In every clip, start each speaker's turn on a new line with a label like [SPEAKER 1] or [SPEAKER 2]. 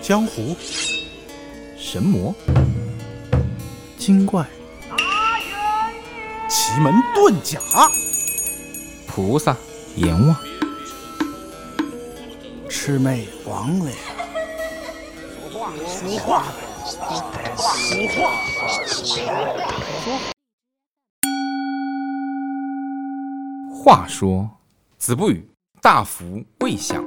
[SPEAKER 1] 江湖、
[SPEAKER 2] 神魔、
[SPEAKER 1] 精怪、奇门遁甲、
[SPEAKER 2] 菩萨、阎王、
[SPEAKER 1] 魑魅魍魉。说话呗，说话呗，说话呗。
[SPEAKER 2] 话说，子不语大福未享。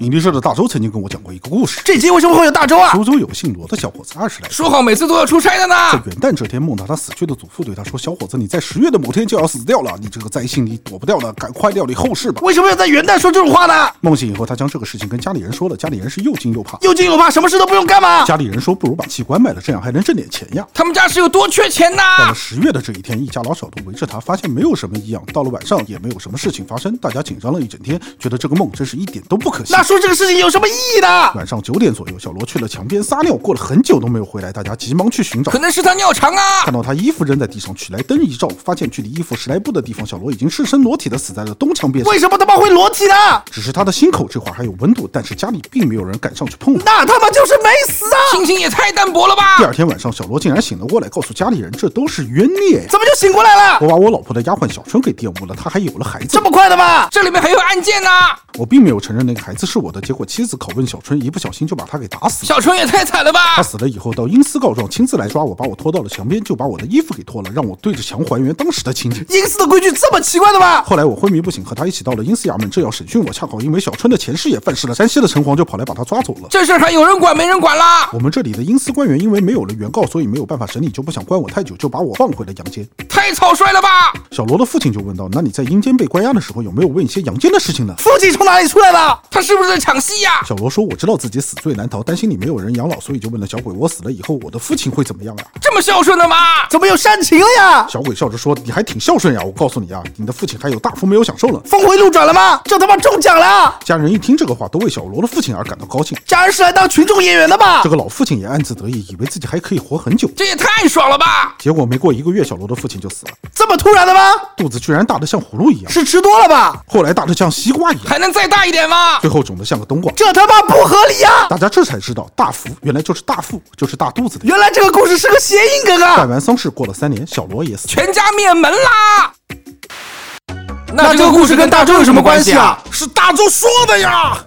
[SPEAKER 1] 影帝社的大周曾经跟我讲过一个故事：
[SPEAKER 2] 这集为什么会有大周啊？
[SPEAKER 1] 周州有个姓罗的小伙子，二十来岁。
[SPEAKER 2] 说好每次都要出差的呢。
[SPEAKER 1] 在元旦这天，梦到他死去的祖父对他说：“小伙子，你在十月的某天就要死掉了，你这个灾星你躲不掉了，赶快料理后事吧。
[SPEAKER 2] 为什么要在元旦说这种话呢？”
[SPEAKER 1] 梦醒以后，他将这个事情跟家里人说了，家里人是又惊又怕。
[SPEAKER 2] 又惊又怕，什么事都不用干嘛。
[SPEAKER 1] 家里人说：“不如把器官卖了，这样还能挣点钱呀。”
[SPEAKER 2] 他们家是有多缺钱呐？
[SPEAKER 1] 到了十月的这一天，一家老小都围着他，发现没有什么异样。到了晚上，也没有什么事情发生，大家紧张了一整天，觉得这个梦真是一点都不可信
[SPEAKER 2] 那。说这个事情有什么意义呢？
[SPEAKER 1] 晚上九点左右，小罗去了墙边撒尿，过了很久都没有回来，大家急忙去寻找
[SPEAKER 2] 可。能是他尿长啊。
[SPEAKER 1] 看到他衣服扔在地上，取来灯一照，发现距离衣服十来步的地方，小罗已经赤身裸体的死在了东墙边上。
[SPEAKER 2] 为什么他妈会裸体呢？
[SPEAKER 1] 只是他的心口这块还有温度，但是家里并没有人敢上去碰他。
[SPEAKER 2] 那他妈就是没死啊！心情也太淡薄了吧
[SPEAKER 1] 第？二天晚上，小罗竟然醒了过来，告诉家里人这都是冤孽呀！
[SPEAKER 2] 怎么就醒过来了？
[SPEAKER 1] 我把我老婆的丫鬟小春给玷污了，她还有了孩子
[SPEAKER 2] 这。么快的吗？这里面还有案件呢、
[SPEAKER 1] 我并没有承认那个孩子是我的，结果妻子拷问小春，一不小心就把他给打死了。
[SPEAKER 2] 小春也太惨了
[SPEAKER 1] 他
[SPEAKER 2] 吧！
[SPEAKER 1] 死了以后，到因私告状，亲自来抓我，把我拖到了墙边，就把我的衣服给脱了，让我对着墙还原当时的情景。
[SPEAKER 2] 阴司的规矩这么奇怪的吗？
[SPEAKER 1] 后来我昏迷不醒，和他一起到了阴司衙门，正要审讯我，恰好因为小春的前世也犯事了，山西的城隍就跑来把他抓走了。
[SPEAKER 2] 这事儿还有人管没人管啦？
[SPEAKER 1] 我们这里的阴司官员因为没有了原告，所以没有办法审理，就不想关我太久，就把我放回了阳间。
[SPEAKER 2] 太草率了吧？
[SPEAKER 1] 小罗的父亲就问道：“那你在阴间被关押的时候，有没有问一些阳间的事情呢
[SPEAKER 2] 父亲从哪里出来的？他是不是在抢戏呀、？”
[SPEAKER 1] 小罗说：“我知道自己死罪难逃，担心你没有人养老，所以就问了小鬼，我死了以后，我的父亲会怎么样呀、
[SPEAKER 2] 这么孝顺的吗？怎么有煽情了呀？
[SPEAKER 1] 小鬼笑着说：“你还挺孝顺呀！我告诉你啊，你的父亲还有大福没有享受呢。
[SPEAKER 2] 峰回路转了吗？这他妈中奖了！”
[SPEAKER 1] 家人一听这个话，都为小罗的父亲而感到高兴。
[SPEAKER 2] 家人是来当群众演员的吧
[SPEAKER 1] 这？个老父亲也暗自得意，以为自己还可以活很久。
[SPEAKER 2] 这也太爽了吧！
[SPEAKER 1] 结果没过一个月，小罗的父亲就死了，
[SPEAKER 2] 这么突然的吗？
[SPEAKER 1] 肚子居然大得像葫芦一样，
[SPEAKER 2] 是吃多了吧？
[SPEAKER 1] 后来大得像西瓜一样，
[SPEAKER 2] 还能再大一点吗？
[SPEAKER 1] 最后肿得像个冬瓜。
[SPEAKER 2] 这他妈不合理啊呀、
[SPEAKER 1] 大家这才知道，大福原来就是大腹，就是大肚子的意思。
[SPEAKER 2] 原来这个故事是个谐音梗啊
[SPEAKER 1] 办！完丧事过了三年，小罗也死了。
[SPEAKER 2] 全家灭门啦！那这个故事啊跟大周有什么关系啊？
[SPEAKER 1] 是大周说的呀。